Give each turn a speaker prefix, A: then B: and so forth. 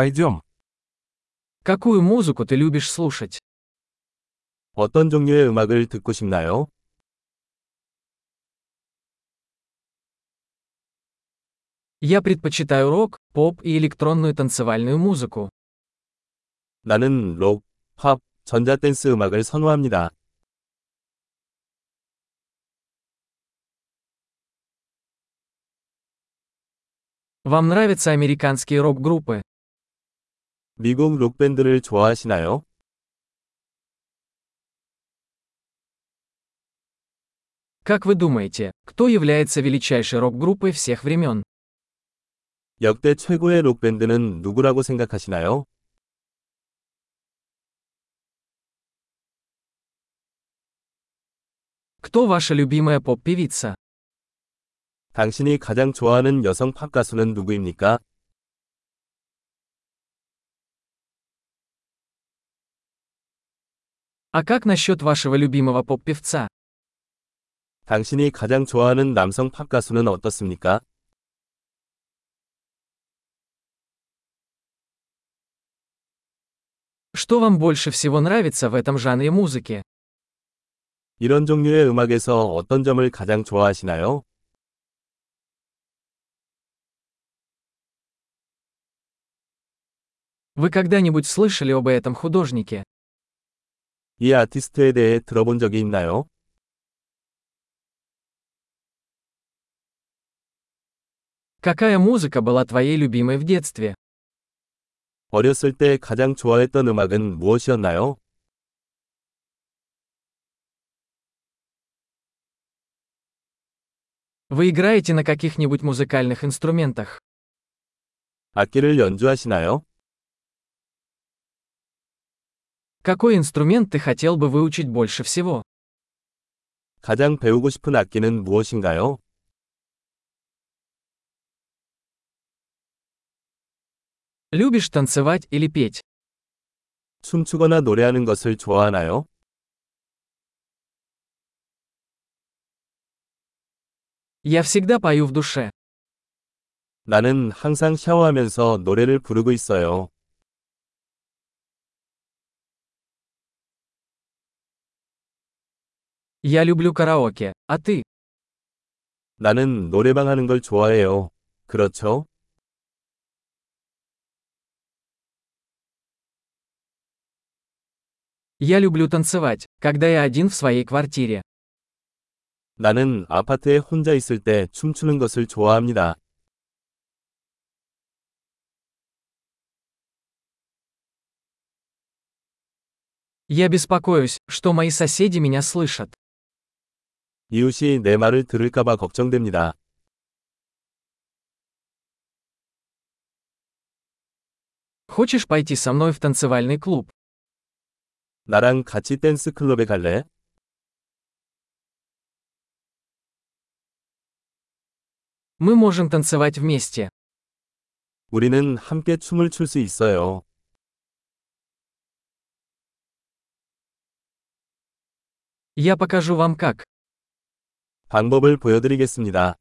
A: Пойдем.
B: Какую музыку ты любишь слушать?
A: 어떤 종류의 음악을 듣고 싶나요?
B: Я предпочитаю рок, поп и электронную танцевальную музыку.
A: 나는 록, 팝, 전자댄스 음악을 선호합니다.
B: Вам нравятся американские рок-группы?
A: 미국 록밴드를 좋아하시나요?
B: Как вы думаете, кто является величайшей рок-группой всех времен?
A: 역대 최고의 록밴드는 누구라고 생각하시나요?
B: Кто ваша любимая поп-певица?
A: 당신이 가장 좋아하는 여성 팝 가수는 누구입니까?
B: А как насчет вашего любимого поп-певца?
A: 당신이 가장 좋아하는 남성 팝 가수는 어떻습니까?
B: Что вам больше всего нравится в этом жанре музыки?
A: 이런 종류의 음악에서 어떤 점을 가장 좋아하시나요?
B: Вы когда-нибудь слышали об этом художнике?
A: 이 아티스트에 대해 들어본 적이 있나요?
B: Какая музыка была твоей любимой в детстве?
A: 어렸을 때 가장 좋아했던 음악은 무엇이었나요?
B: Вы играете на каких-нибудь музыкальных инструментах?
A: 악기를 연주하시나요?
B: Какой инструмент ты хотел бы выучить больше всего?
A: 가장 배우고 싶은 악기는 무엇인가요?
B: Любишь танцевать или петь?
A: 춤추거나 노래하는 것을 좋아하나요?
B: Я всегда пою в душе.
A: 나는 항상 샤워하면서 노래를 부르고 있어요.
B: Я люблю караоке, а ты?
A: 나는 노래방 하는 걸 좋아해요. 그렇죠?
B: Я люблю танцевать, когда я один в своей квартире.
A: 나는 아파트에 혼자 있을 때 춤추는 것을 좋아합니다.
B: Я беспокоюсь, что мои соседи меня слышат.
A: 이웃이 내 말을 들을까봐 걱정됩니다.
B: Хочешь пойти со мной в танцевальный клуб?
A: 나랑 같이 댄스 클럽에 갈래?
B: Мы можем танцевать вместе.
A: 우리는 함께 춤을 출 수 있어요.
B: Я покажу вам как.
A: 방법을 보여드리겠습니다.